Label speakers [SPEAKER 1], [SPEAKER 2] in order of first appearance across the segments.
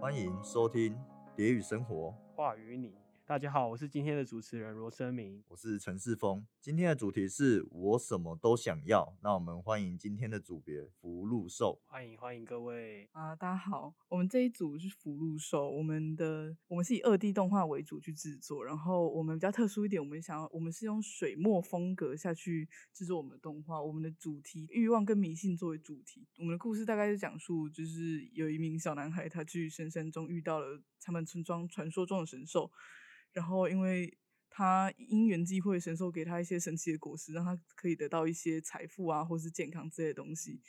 [SPEAKER 1] 欢迎收听《蝶语生活》，
[SPEAKER 2] 话与你。大家好，我是今天的主持人罗生明。
[SPEAKER 1] 我是陈世峰。今天的主题是我什么都想要。那我们欢迎今天的组别福禄寿。
[SPEAKER 2] 欢迎欢迎各位，
[SPEAKER 3] 啊、大家好，我们这一组是福禄寿，我们的我们是以二 D 动画为主去制作，然后我们比较特殊一点，我们想要我们是用水墨风格下去制作我们的动画，我们的主题欲望跟迷信作为主题，我们的故事大概是讲述就是有一名小男孩他去深山中遇到了他们村庄传说中的神兽，然后因为他因缘际会，神兽给他一些神奇的果实，让他可以得到一些财富啊，或是健康之类的东西。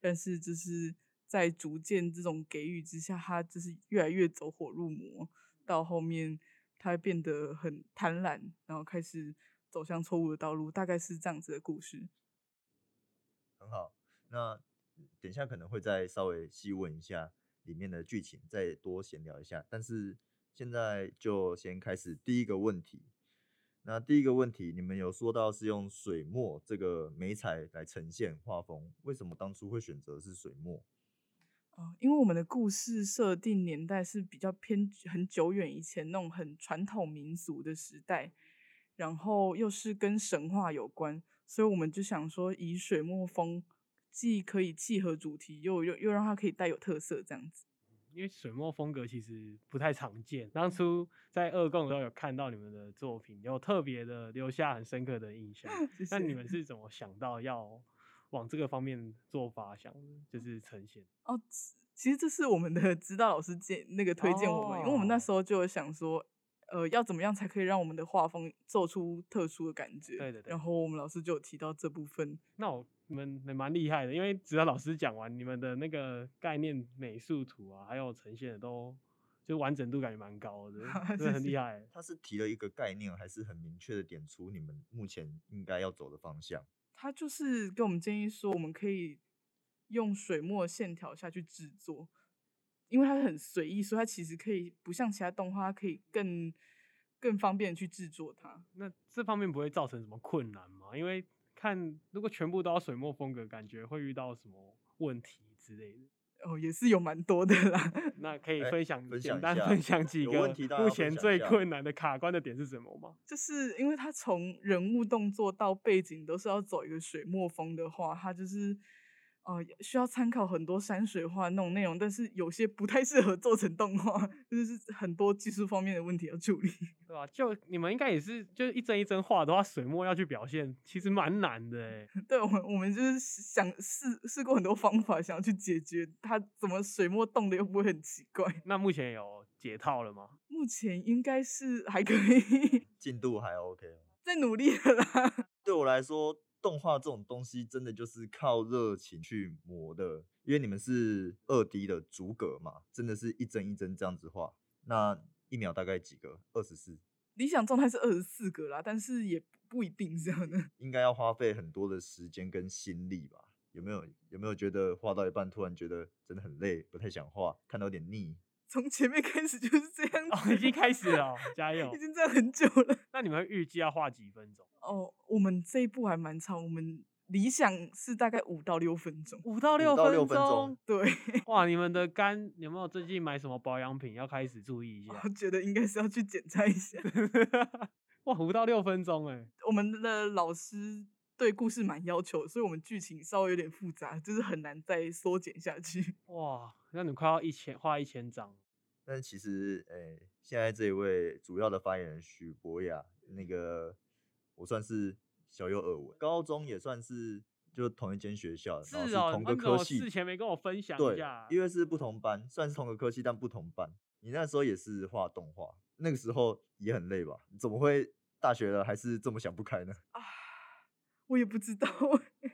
[SPEAKER 3] 但是就是在逐渐这种给予之下，他就是越来越走火入魔，到后面他变得很贪婪，然后开始走向错误的道路，大概是这样子的故事。
[SPEAKER 1] 很好，那等一下可能会再稍微细问一下里面的剧情，再多闲聊一下。但是现在就先开始第一个问题。那第一个问题，你们有说到是用水墨这个媒材来呈现画风，为什么当初会选择是水墨？
[SPEAKER 3] 啊、因为我们的故事设定年代是比较偏很久远以前那种很传统民俗的时代，然后又是跟神话有关，所以我们就想说以水墨风既可以契合主题，又又又让它可以带有特色这样子。
[SPEAKER 2] 因为水墨风格其实不太常见，当初在二供的时候有看到你们的作品，有特别的留下很深刻的印 象。
[SPEAKER 3] 谢
[SPEAKER 2] 那你
[SPEAKER 3] 谢
[SPEAKER 2] 们是怎么想到要往这个方面做发想的，就是呈现？
[SPEAKER 3] 哦，其其实这是我们的指导老师建那个推荐我们，因为我们那
[SPEAKER 2] 哦
[SPEAKER 3] 时候就有想说，呃，要怎么样才可以让我们的画风奏出特殊的感觉。
[SPEAKER 2] 对的对的
[SPEAKER 3] 然后我们老师就有提到这部分。，
[SPEAKER 2] 那我你们也蛮厉害的，因为只要老师讲完，你们的那个概念美术图啊，还有呈现的都就完整度感觉蛮高的 真的很
[SPEAKER 3] 谢
[SPEAKER 2] 厉
[SPEAKER 3] 谢
[SPEAKER 2] 害。
[SPEAKER 1] 他是提了一个概念，还是很明确的点出你们目前应该要走的方向？
[SPEAKER 3] 他就是给我们建议说，我们可以用水墨线条下去制作，因为它很随意，所以它其实可以不像其他动画，它可以更更方便地去制作它。
[SPEAKER 2] 那这方面不会造成什么困难吗？因为看如果全部都要水墨风格，感觉会遇到什么问题之类的。
[SPEAKER 3] 哦，也是有蛮多的啦。
[SPEAKER 2] 那可以
[SPEAKER 1] 哎
[SPEAKER 2] 分享、
[SPEAKER 1] 分享
[SPEAKER 2] 简
[SPEAKER 1] 一
[SPEAKER 2] 单
[SPEAKER 1] 下
[SPEAKER 2] 分享几
[SPEAKER 1] 有
[SPEAKER 2] 个
[SPEAKER 1] 问题当然
[SPEAKER 2] 目
[SPEAKER 1] 要分
[SPEAKER 2] 前
[SPEAKER 1] 享一
[SPEAKER 2] 最
[SPEAKER 1] 下
[SPEAKER 2] 困难的卡关的点是什么吗？
[SPEAKER 3] 就是因为他从人物动作到背景都是要走一个水墨风的话，他就是呃需要参考很多山水画那种内容，但是有些不太适合做成动画，就是很多技术方面的问题要处理。
[SPEAKER 2] 对吧、就你们应该也是，就是一帧一帧画的话，水墨要去表现，其实蛮难的哎、
[SPEAKER 3] 对我们，我们就是想试试过很多方法，想要去解决它怎么水墨动的又不会很奇怪。
[SPEAKER 2] 那目前有解套了吗？
[SPEAKER 3] 目前应该是还可以，
[SPEAKER 1] 进度还 OK 吗？
[SPEAKER 3] 在努力了啦。
[SPEAKER 1] 对我来说，动画这种东西真的就是靠热情去磨的，因为你们是二 D 的逐格嘛，真的是一帧一帧这样子画，那一秒大概几个？二十四，
[SPEAKER 3] 理想状态是二十四个啦，但是也不一定这样的。
[SPEAKER 1] 应该要花费很多的时间跟心力吧？有没有有没有觉得画到一半突然觉得真的很累，不太想画，看到有点腻？
[SPEAKER 3] 从前面开始就是这样子、
[SPEAKER 2] 哦，已经开始了哦，加油
[SPEAKER 3] 已！经这样很久了。
[SPEAKER 2] 那你们预计要画几分钟？
[SPEAKER 3] 哦，我们这一步还蛮长，我们理想是大概五到六分钟。
[SPEAKER 2] 五到
[SPEAKER 1] 六
[SPEAKER 2] 六
[SPEAKER 1] 分
[SPEAKER 2] 分
[SPEAKER 1] 钟
[SPEAKER 2] 钟。
[SPEAKER 3] 对，
[SPEAKER 2] 哇，你们的肝有没有最近买什么保养品？要开始注意一下
[SPEAKER 3] 我。觉得应该是要去检查一下。
[SPEAKER 2] 哇，五到六分钟哎，
[SPEAKER 3] 我们的老师对故事蛮要求，所以我们剧情稍微有点复杂，就是很难再缩减下去。
[SPEAKER 2] 哇，那你快要一千画一千张，
[SPEAKER 1] 但是其实，诶、现在这一位主要的发言人许博雅，那个我算是小有耳闻，高中也算是就同一间学校，然后
[SPEAKER 2] 哦，
[SPEAKER 1] 同
[SPEAKER 2] 你
[SPEAKER 1] 个
[SPEAKER 2] 们怎
[SPEAKER 1] 科
[SPEAKER 2] 么
[SPEAKER 1] 系，
[SPEAKER 2] 事前没跟我分享一
[SPEAKER 1] 对
[SPEAKER 2] 下，，
[SPEAKER 1] 因为是不同班，算是同个科系但不同班。你那时候也是画动画，那个时候也很累吧？你怎么会大学了还是这么想不开呢？
[SPEAKER 3] 我也不知道，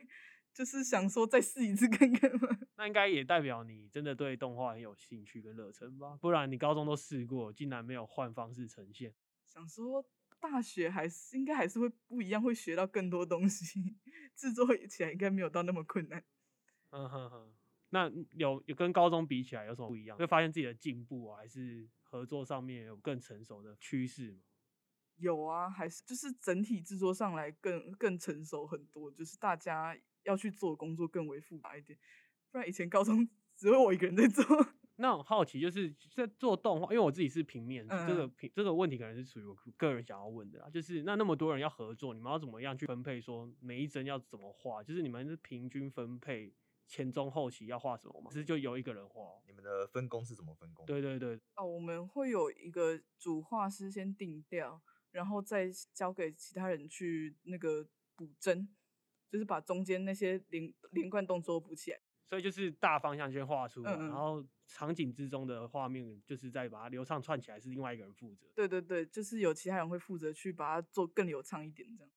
[SPEAKER 3] 就是想说再试一次看看嘛。
[SPEAKER 2] 那应该也代表你真的对动画很有兴趣跟热忱吧？不然你高中都试过，竟然没有换方式呈现，
[SPEAKER 3] 想说大学还是应该还是会不一样，会学到更多东西，制作起来应该没有到那么困难。
[SPEAKER 2] 嗯哼哼。那有有跟高中比起来有什么不一样？会发现自己的进步啊，还是合作上面有更成熟的趋势吗？
[SPEAKER 3] 有啊，还是就是整体制作上来更更成熟很多，就是大 家要去做的工作更为复杂一点，不然以前高中只有我一个人在做。
[SPEAKER 2] 那我好奇就是在做动画，因为我自己是平面，这个
[SPEAKER 3] 嗯
[SPEAKER 2] 平这个问题可能是属于我个人想要问的啦，就是那那么多人要合作，你们要怎么样去分配？说每一帧要怎么画？就是你们是平均分配前中后期要画什么吗？还是就由一个人画哦？
[SPEAKER 1] 你们的分工是怎么分工？
[SPEAKER 2] 对，对对，
[SPEAKER 3] 哦，我们会有一个主画师先定调，然后再交给其他人去那个补帧，就是把中间那些连连贯动作补起来。
[SPEAKER 2] 所以就是大方向先画出来，
[SPEAKER 3] 嗯嗯
[SPEAKER 2] 然后场景之中的画面就是再把它流畅串起来，是另外一个人负责。
[SPEAKER 3] 对对对，就是有其他人会负责去把它做更流畅一点，这样。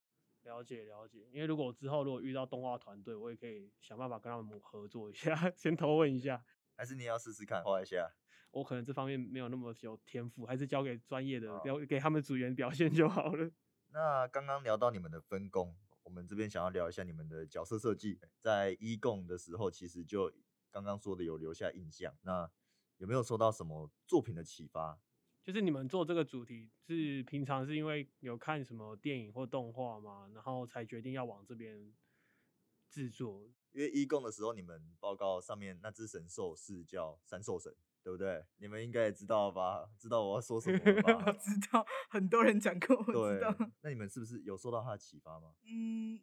[SPEAKER 2] 了解了解，因为如果我之后如果遇到动画团队，我也可以想办法跟他们合作一下， 先偷问一下。
[SPEAKER 1] 还是你也要试试看画一下？
[SPEAKER 2] 我可能这方面没有那么有天赋，还是交给专业的
[SPEAKER 1] 哦，
[SPEAKER 2] 交给他们组员表现就好了。
[SPEAKER 1] 那刚刚聊到你们的分工，我们这边想要聊一下你们的角色设计。在一共的时候，其实就刚刚说的有留下印象。那有没有受到什么作品的启发？
[SPEAKER 2] 就是你们做这个主题是平常是因为有看什么电影或动画吗？然后才决定要往这边制作？
[SPEAKER 1] 因为一共的时候，你们报告上面那只神兽是叫三兽神，对不对？你们应该也知道吧？知道我要说什么了
[SPEAKER 3] 我
[SPEAKER 1] 吧？
[SPEAKER 3] 知道很多人讲过，我知
[SPEAKER 1] 对
[SPEAKER 3] 道。，
[SPEAKER 1] 那你们是不是有受到他的启发吗？
[SPEAKER 3] 嗯，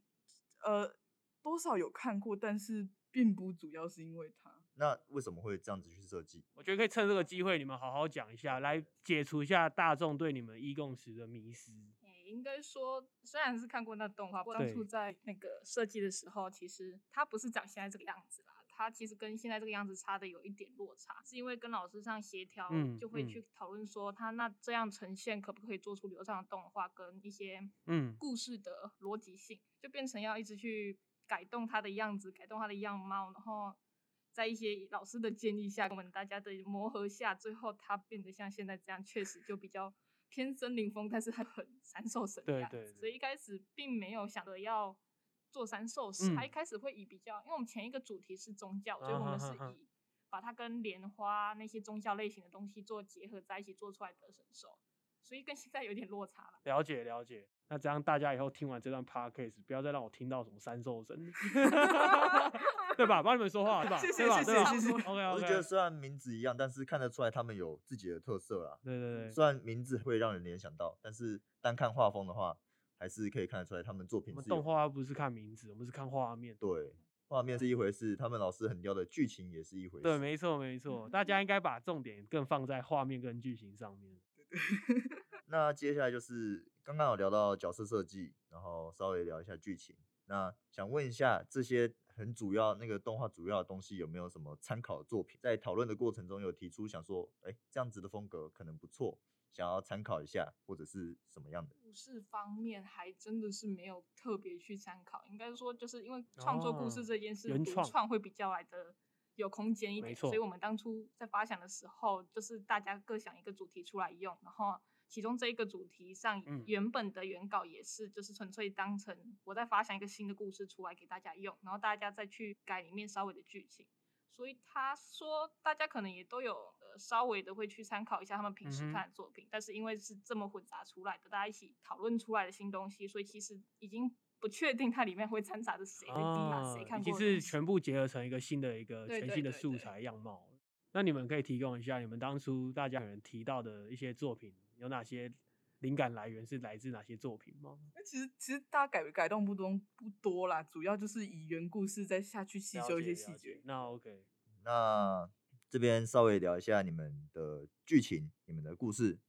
[SPEAKER 3] 呃，多少有看过，但是并不主要是因为它。
[SPEAKER 1] 那为什么会这样子去设计？
[SPEAKER 2] 我觉得可以趁这个机会，你们好好讲一下，来解除一下大众对你们一共十的迷思。
[SPEAKER 4] 诶应该说，虽然是看过那动画，不过当
[SPEAKER 2] 对
[SPEAKER 4] 初在那个设计的时候，其实它不是长现在这个样子啦，它其实跟现在这个样子差的有一点落差，是因为跟老师上协调，
[SPEAKER 2] 嗯
[SPEAKER 4] 就会
[SPEAKER 2] 嗯
[SPEAKER 4] 去讨论说，它那这样呈现可不可以做出流畅的动画，跟一些
[SPEAKER 2] 嗯
[SPEAKER 4] 故事的逻辑性，就变成要一直去改动它的样子，改动它的样貌，然后。在一些老师的建议下，我们大家的磨合下，最后它变得像现在这样，确实就比较偏森林风，但是它很闪手神的
[SPEAKER 2] 对
[SPEAKER 4] 样子。
[SPEAKER 2] 对
[SPEAKER 4] 所以一开始并没有想着要做三兽食，他一开始会以比较，因为我们前一个主题是宗教，所以我
[SPEAKER 2] 嗯啊哈
[SPEAKER 4] 们
[SPEAKER 2] 哈
[SPEAKER 4] 是
[SPEAKER 2] 哈
[SPEAKER 4] 以把它跟莲花那些宗教类型的东西做结合在一起做出来的神兽，所以跟现在有点落差了。
[SPEAKER 2] 了解了解。那这样大家以后听完这段 podcast，不要再让我听到什么三兽神， 对吧？帮你们说话，对吧？
[SPEAKER 3] 谢谢
[SPEAKER 2] 对吧
[SPEAKER 3] 谢
[SPEAKER 2] 对吧
[SPEAKER 3] 谢谢谢
[SPEAKER 2] OK
[SPEAKER 1] 我
[SPEAKER 2] OK，
[SPEAKER 1] 是觉得虽然名字一样，但是看得出来他们有自己的特色啦。
[SPEAKER 2] 对对对，
[SPEAKER 1] 虽然名字会让人联想到，但是单看画风的话，还是可以看得出来他们作
[SPEAKER 2] 我
[SPEAKER 1] 品
[SPEAKER 2] 们
[SPEAKER 1] 是有
[SPEAKER 2] 动画不是看名字，我们是看画面。
[SPEAKER 1] 对画面是一回事，他们老师很雕的剧情也是一回事。
[SPEAKER 2] 对，没错没错，大家应该把重点更放在画面跟剧情上面。
[SPEAKER 1] 那接下来就是刚刚有聊到角色设计，然后稍微聊一下剧情。那想问一下，这些很主要那个动画主要的东西有没有什么参考的作品？在讨论的过程中有提出想说，哎、这样子的风格可能不错，想要参考一下，或者是什么样的？
[SPEAKER 4] 故事方面还真的是没有特别去参考，应该说就是因为创作故
[SPEAKER 2] 哦
[SPEAKER 4] 事这件事，
[SPEAKER 2] 原
[SPEAKER 4] 独
[SPEAKER 2] 创
[SPEAKER 4] 创会比较来的有空间一
[SPEAKER 2] 没
[SPEAKER 4] 点，所以
[SPEAKER 2] 错
[SPEAKER 4] 我们当初在发想的时候，就是大家各想一个主题出来用，然后其中这一个主题上
[SPEAKER 2] 嗯
[SPEAKER 4] 原本的原稿也是就是纯粹当成我在发想一个新的故事出来给大家用，然后大家再去改里面稍微的剧情。所以他说，大家可能也都有呃稍微的会去参考一下他们平时
[SPEAKER 2] 嗯哼
[SPEAKER 4] 看的作品，但是因为是这么混杂出来的，大家一起讨论出来的新东西，所以其实已经不确定它里面会掺杂着谁的底码，
[SPEAKER 3] 哦
[SPEAKER 4] 谁看
[SPEAKER 2] 啊已经
[SPEAKER 4] 过的东
[SPEAKER 2] 是
[SPEAKER 4] 西
[SPEAKER 2] 全部结合成一个新的一个
[SPEAKER 4] 对
[SPEAKER 2] 全
[SPEAKER 4] 对
[SPEAKER 2] 新的
[SPEAKER 4] 对
[SPEAKER 2] 素
[SPEAKER 4] 对
[SPEAKER 2] 材样貌了。那你们可以提供一下你们当初大家可能提到的一些作品有哪些灵感来源是来自哪些作品吗？
[SPEAKER 3] 那其实其实大家改改动不多不多啦，主要就是以原故事再下去细
[SPEAKER 2] 了
[SPEAKER 3] 修一
[SPEAKER 2] 解
[SPEAKER 3] 些细
[SPEAKER 2] 了解
[SPEAKER 3] 节。
[SPEAKER 2] 那 OK，
[SPEAKER 1] 那这边稍微聊一下你们的剧情、你们的故事。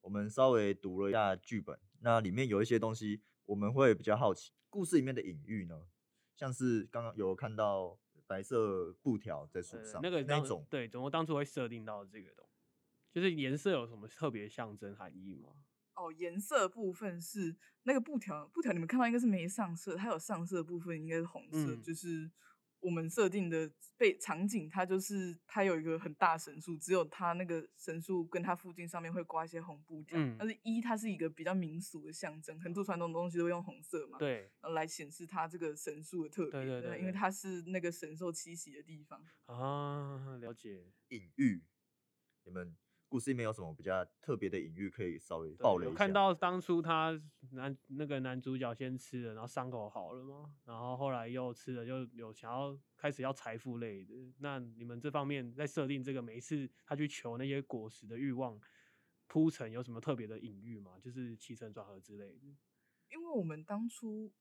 [SPEAKER 1] 我们稍微读了一下剧本，那里面有一些东西我们会比较好奇，故事里面的隐喻呢，像是刚刚有看到白色布条在树
[SPEAKER 2] 呃
[SPEAKER 1] 上，
[SPEAKER 2] 那个
[SPEAKER 1] 那
[SPEAKER 2] 当
[SPEAKER 1] 一种，
[SPEAKER 2] 对，总共当初会设定到这个东西，就是颜色有什么特别象征含义吗？
[SPEAKER 3] 哦，颜色部分是那个布条，布条你们看到应该是没上色，它有上色部分应该是红色，
[SPEAKER 2] 嗯
[SPEAKER 3] 就是我们设定的被场景，它就是它有一个很大的神树，只有它那个神树跟它附近上面会挂一些红布条。
[SPEAKER 2] 嗯
[SPEAKER 3] 但是一它是一个比较民俗的象征，很多传统东西都会用红色
[SPEAKER 4] 啊
[SPEAKER 3] 嘛，
[SPEAKER 2] 对，
[SPEAKER 3] 呃，来显示它这个神树的特别，
[SPEAKER 2] 对对对
[SPEAKER 3] 因为
[SPEAKER 2] 对
[SPEAKER 3] 它是那个神兽栖息的地方。
[SPEAKER 2] 啊，了解。
[SPEAKER 1] 隐喻，你们故事里面有什么比较特别的隐喻可以稍微
[SPEAKER 2] 对
[SPEAKER 1] 爆雷
[SPEAKER 2] 有
[SPEAKER 1] 一
[SPEAKER 2] 看
[SPEAKER 1] 下
[SPEAKER 2] 到当初他男那个男主角先吃了，然后伤口好了吗？然后后来又吃了，又有想要开始要财富类的。那你们这方面在设定这个每一次他去求那些果实的欲望铺陈，有什么特别的隐喻吗？就是起承转合之类的。
[SPEAKER 3] 因为我们当初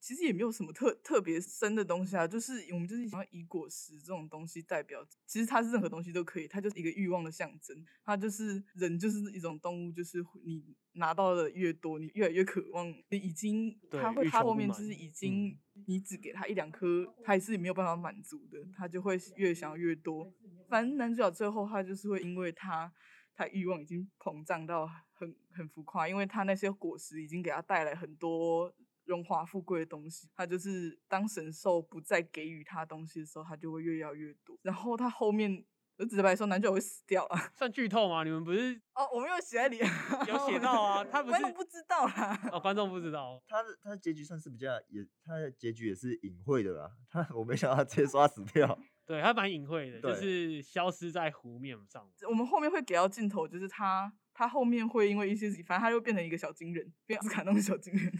[SPEAKER 3] 其实也没有什么特特别深的东西啊，就是我们就是想要以果实这种东西代表，其实它是任何东西都可以，它就是一个欲望的象征，它就是人就是一种动物，就是你拿到的越多，你越来越渴望，你已经它
[SPEAKER 2] 对
[SPEAKER 3] 会
[SPEAKER 2] 欲
[SPEAKER 3] 它
[SPEAKER 2] 求
[SPEAKER 3] 后
[SPEAKER 2] 不
[SPEAKER 3] 面
[SPEAKER 2] 满嗯
[SPEAKER 3] 就是已经、你只给它一两颗，它还是没有办法满足的，它就会越想要越多。反正男主角最后他就是会因为他他欲望已经膨胀到很很浮夸，因为他那些果实已经给他带来很多荣华富贵的东西。他就是当神兽不再给予他东西的时候，他就会越要越多。然后他后面，我直白说，男主角会死掉啊！
[SPEAKER 2] 算剧透吗？你们不是
[SPEAKER 3] 哦，我没有写在里面，
[SPEAKER 2] 有写到啊？他不
[SPEAKER 3] 观
[SPEAKER 2] 是
[SPEAKER 3] 众不知道啦。
[SPEAKER 2] 哦，观众不知道。
[SPEAKER 1] 他的他的结局算是比较也，他的结局也是隐晦的啦。 他我没想到他直接说他死掉，
[SPEAKER 2] 对他蛮隐晦的，就
[SPEAKER 1] 对
[SPEAKER 2] 是消失在湖面上。
[SPEAKER 3] 我们后面会给到镜头，就是他他后面会因为一些事情，反正他就变成一个小金人，变成斯卡那种小金人。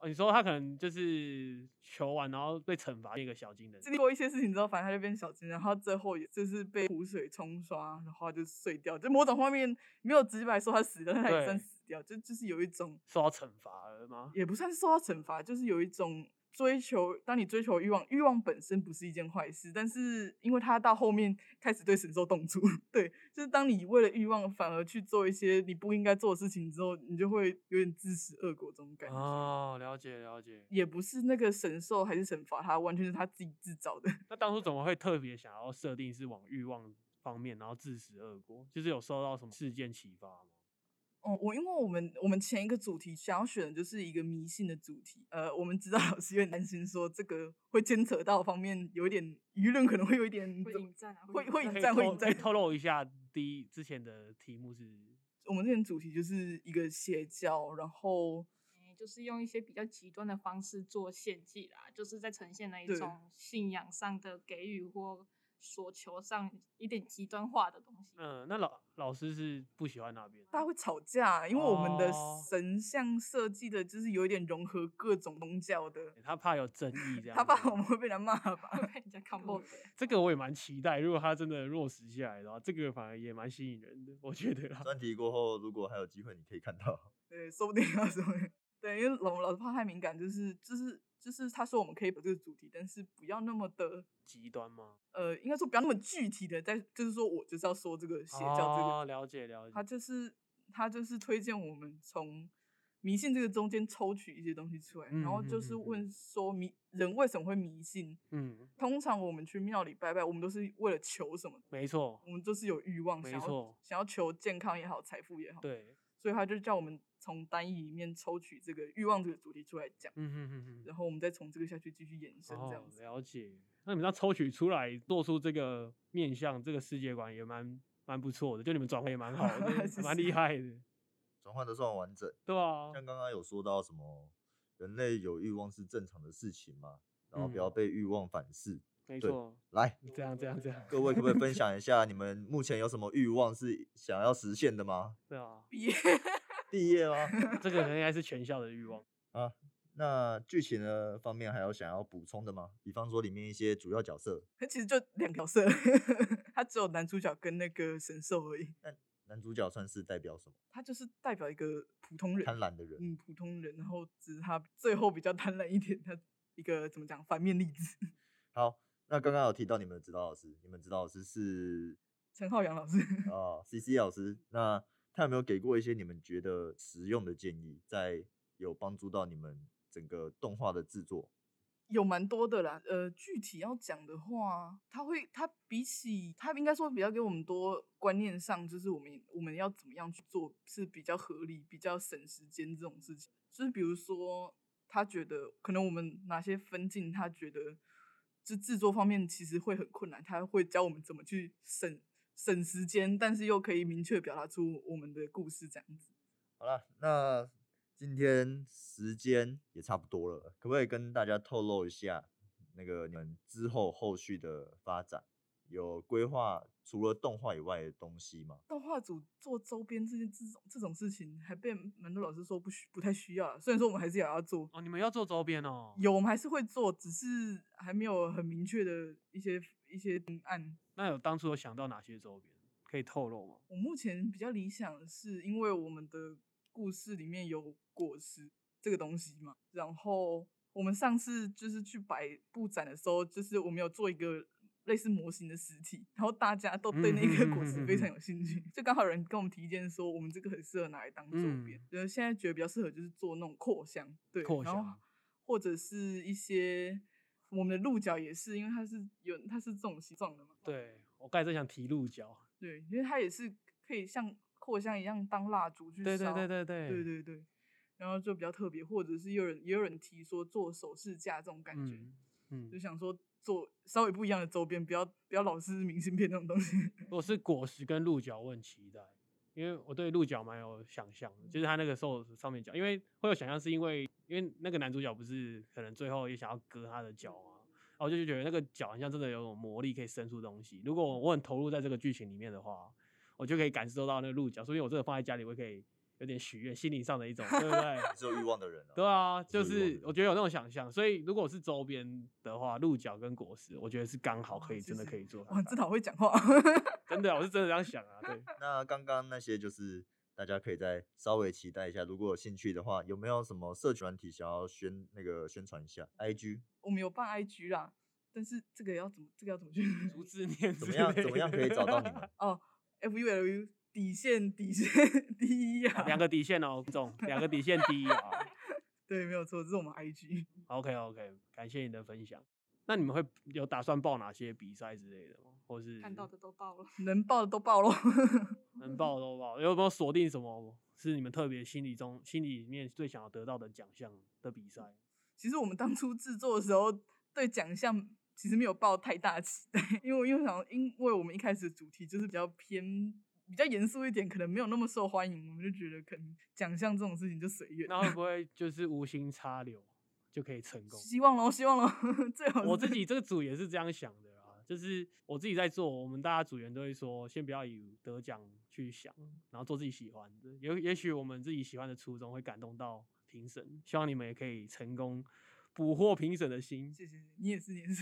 [SPEAKER 2] 哦，你说他可能就是求完，然后被惩罚，变一个小金人。
[SPEAKER 3] 经历过一些事情之后，反正他就变小金，然后最后也就是被湖水冲刷，然后他就碎掉。就某种方面没有直白说他死了，但他也算
[SPEAKER 2] 对
[SPEAKER 3] 死掉，就就是有一种
[SPEAKER 2] 受到惩罚了吗？
[SPEAKER 3] 也不算是受到惩罚，就是有一种追求。当你追求欲望，欲望本身不是一件坏事，但是因为他到后面开始对神兽动粗， 对，就是当你为了欲望反而去做一些你不应该做的事情之后，你就会有点自食恶果这种感觉。
[SPEAKER 2] 哦，了解了解。
[SPEAKER 3] 也不是那个神兽还是惩罚他，完全是他自己自找的。
[SPEAKER 2] 那当初怎么会特别想要设定是往欲望方面，然后自食恶果？就是有受到什么事件启发吗？
[SPEAKER 3] 哦，我因为我们我们前一个主题想要选的就是一个迷信的主题，呃，我们指导老师有点担心说这个会牵扯到方面有一点舆论可能会有一点
[SPEAKER 4] 会
[SPEAKER 3] 怎
[SPEAKER 4] 引战啊，
[SPEAKER 3] 会
[SPEAKER 4] 引
[SPEAKER 3] 会
[SPEAKER 4] 战
[SPEAKER 3] 引
[SPEAKER 2] 可以
[SPEAKER 3] 战会
[SPEAKER 2] 透
[SPEAKER 3] 引
[SPEAKER 2] 可以
[SPEAKER 3] 战
[SPEAKER 2] 透露一下第一之前的题目是
[SPEAKER 3] 我们之前主题就是一个邪教，然后
[SPEAKER 4] 欸就是用一些比较极端的方式做献祭啦，就是在呈现了一
[SPEAKER 3] 对
[SPEAKER 4] 种信仰上的给予或所求上一点极端化的东西。
[SPEAKER 2] 嗯、那老老师是不喜欢那边
[SPEAKER 3] 大家会吵架，因为我们的
[SPEAKER 2] 哦
[SPEAKER 3] 神像设计的就是有一点融合各种宗教的，
[SPEAKER 2] 他怕有争议这样子。哦
[SPEAKER 3] 他怕我们会被人家骂
[SPEAKER 4] 会
[SPEAKER 3] 吧？
[SPEAKER 4] 被人家 combo 的，
[SPEAKER 2] 这个我也蛮期待，如果他真的落实下来的话，这个反而也蛮吸引人的，我觉得啦。
[SPEAKER 1] 专题过后，如果还有机会，你可以看到。
[SPEAKER 3] 对，说不定要说，对，因为老老师怕太敏感，就是就是就是他说我们可以把这个主题，但是不要那么的。
[SPEAKER 2] 极端吗？
[SPEAKER 3] 呃，应该说不要那么具体的，在就是说我就是要说这个邪教这个，
[SPEAKER 2] 哦，了解了
[SPEAKER 3] 他
[SPEAKER 2] 解。
[SPEAKER 3] 就是他就是推荐我们从迷信这个中间抽取一些东西出来，然后
[SPEAKER 2] 嗯
[SPEAKER 3] 就
[SPEAKER 2] 嗯
[SPEAKER 3] 是
[SPEAKER 2] 嗯嗯
[SPEAKER 3] 问说迷人为什么会迷信？
[SPEAKER 2] 嗯，
[SPEAKER 3] 通常我们去庙里拜拜，我们都是为了求什么？
[SPEAKER 2] 没错
[SPEAKER 3] 我，们都是有欲望，
[SPEAKER 2] 没
[SPEAKER 3] 想要
[SPEAKER 2] 错
[SPEAKER 3] 想要求健康也好，财富也好，
[SPEAKER 2] 对，
[SPEAKER 3] 所以他就叫我们从单一里面抽取这个欲望这个主题出来讲，
[SPEAKER 2] 嗯哼哼哼。
[SPEAKER 3] 然后我们再从这个下去继续延伸这样
[SPEAKER 2] 哦
[SPEAKER 3] 子。
[SPEAKER 2] 了解。那你们要抽取出来做出这个面向这个世界观也蛮蛮不错的，就你们转换也蛮好
[SPEAKER 3] 谢
[SPEAKER 2] 的，蛮
[SPEAKER 3] 谢
[SPEAKER 2] 厉害的，
[SPEAKER 1] 转换的算完整，
[SPEAKER 2] 对啊
[SPEAKER 1] 像，刚刚有说到什么人类有欲望是正常的事情嘛，然后不要
[SPEAKER 2] 嗯
[SPEAKER 1] 被欲望反噬。
[SPEAKER 2] 没
[SPEAKER 1] 对
[SPEAKER 2] 错，
[SPEAKER 1] 来，
[SPEAKER 2] 这样这样这样，
[SPEAKER 1] 各位可不可以分享一下你们目前有什么欲望是想要实现的吗？
[SPEAKER 2] 对啊，
[SPEAKER 3] 毕业
[SPEAKER 1] 毕业吗？
[SPEAKER 2] 这个应该是全校的欲望。
[SPEAKER 1] 那剧情的方面还有想要补充的吗？比方说里面一些主要角色，
[SPEAKER 3] 他其实就两条色， 他只有男主角跟那个神兽而已。
[SPEAKER 1] 男主角算是代表什么？
[SPEAKER 3] 他就是代表一个普通人，
[SPEAKER 1] 贪婪的人。
[SPEAKER 3] 嗯，普通人，然后只是他最后比较贪婪一点，他一个怎么讲反面例子，
[SPEAKER 1] 好，那刚刚有提到你们的指导老师，你们指导老师是
[SPEAKER 3] 陈浩洋老师。
[SPEAKER 1] 啊、C C 老师，那他有没有给过一些你们觉得实用的建议，在有帮助到你们整个动画的制作？
[SPEAKER 3] 有蛮多的啦，呃，具体要讲的话，他会，他比起他应该说比较给我们多观念上，就是我们我们要怎么样去做是比较合理、比较省时间这种事情。就是比如说，他觉得可能我们哪些分镜，他觉得就制作方面其实会很困难，他会教我们怎么去省省时间，但是又可以明确表达出我们的故事这样子。
[SPEAKER 1] 好了，那今天时间也差不多了，可不可以跟大家透露一下那个你们之后后续的发展？有规划除了动画以外的东西吗？
[SPEAKER 3] 动画组做周边这件这种这种事情，还被蛮多老师说不需不太需要啦。啊虽然说我们还是也要做，
[SPEAKER 2] 哦，你们要做周边哦。
[SPEAKER 3] 有我们还是会做，只是还没有很明确的一些一些方案。
[SPEAKER 2] 那有当初有想到哪些周边可以透露吗？
[SPEAKER 3] 我目前比较理想的是，因为我们的故事里面有果实这个东西嘛，然后我们上次就是去摆布展的时候，就是我们有做一个类似模型的实体，然后大家都
[SPEAKER 2] 嗯
[SPEAKER 3] 对那个果实非常有兴趣，就刚好有人跟我们提建说，我们这个很适合拿来当周边，
[SPEAKER 2] 嗯
[SPEAKER 3] 就是现在觉得比较适合就是做那种扩香，对，
[SPEAKER 2] 扩
[SPEAKER 3] 然后
[SPEAKER 2] 香
[SPEAKER 3] 或者是一些。我们的鹿角也是，因为它是有它是这种形状的嘛，
[SPEAKER 2] 对我刚才在想提鹿角，
[SPEAKER 3] 对，因为它也是可以像扩香一样当蜡烛去烧。
[SPEAKER 2] 对对对对对
[SPEAKER 3] 对对对然后就比较特别，或者是有人也有人提说做首饰架这种感觉，
[SPEAKER 2] 嗯嗯
[SPEAKER 3] 就，想说做稍微不一样的周边，不要不要老是明信片那种东西。
[SPEAKER 2] 如果是果实跟鹿角，我很期待，因为我对鹿角蛮有想象的，就是他那个时候上面讲，因为会有想象是因为因为那个男主角不是可能最后也想要割他的脚啊，然后我就觉得那个脚好像真的有种魔力可以伸出东西。如果我很投入在这个剧情里面的话，我就可以感受到那个鹿角，所以我这个放在家里，我可以有点许愿，心灵上的一种，对不 对？
[SPEAKER 1] 你是有欲望的人啊。
[SPEAKER 2] 对啊，
[SPEAKER 1] 有
[SPEAKER 2] 就
[SPEAKER 1] 欲望
[SPEAKER 2] 是
[SPEAKER 1] 的
[SPEAKER 2] 我觉得有那种想象，所以如果是周边的话，鹿角跟果实，我觉哦得是刚好可
[SPEAKER 3] 哇
[SPEAKER 2] 以，
[SPEAKER 3] 谢
[SPEAKER 2] 真的
[SPEAKER 3] 谢
[SPEAKER 2] 可以做到
[SPEAKER 3] 哇，
[SPEAKER 2] 的。
[SPEAKER 3] 真的好会讲话。
[SPEAKER 2] 真的啊，我是真的这样想啊，对。
[SPEAKER 1] 那刚刚那些就是大家可以再稍微期待一下，如果有兴趣的话，有没有什么社群团体想要宣那个宣传一下？IG
[SPEAKER 3] 我们有办 IG 啦，但是这个要怎么这个要怎么去？
[SPEAKER 2] 逐字念
[SPEAKER 1] 怎么样？怎么样可以找到你们？
[SPEAKER 3] 哦，F U L U 底线底线 第一 啊，
[SPEAKER 2] 两个底线哦，这种两个底线第一啊。
[SPEAKER 3] 对，没有错，这是我们 IG。
[SPEAKER 2] OK OK，感谢你的分享。那你们会有打算报哪些比赛之类的吗？或是
[SPEAKER 4] 看到的都爆了。
[SPEAKER 3] 能报的都报喽，
[SPEAKER 2] 能报都报，有没有锁定什么是你们特别心里中心里面最想要得到的奖项的比赛？
[SPEAKER 3] 其实我们当初制作的时候，对奖项其实没有抱太大期待， 因为因为想，因为我们一开始的主题就是比较偏比较严肃一点，可能没有那么受欢迎，我们就觉得可能奖项这种事情就随缘。
[SPEAKER 2] 那会不会就是无心插柳就可以成功？
[SPEAKER 3] 希望喽，希望喽， 最好是
[SPEAKER 2] 我自己这个组也是这样想的啊，就是我自己在做，我们大家组员都会说，先不要以得奖去想，然后做自己喜欢的。也也许我们自己喜欢的初衷会感动到评审，希望你们也可以成功捕获评审的心。
[SPEAKER 3] 谢谢你也是，你也是，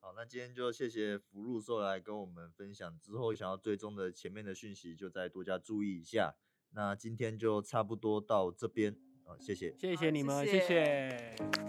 [SPEAKER 1] 好，那今天就谢谢福禄寿来跟我们分享，之后想要追踪的前面的讯息，就再多加注意一下。那今天就差不多到这边，啊，谢谢。
[SPEAKER 2] 谢
[SPEAKER 3] 好
[SPEAKER 2] 谢你们，
[SPEAKER 3] 谢谢
[SPEAKER 2] 谢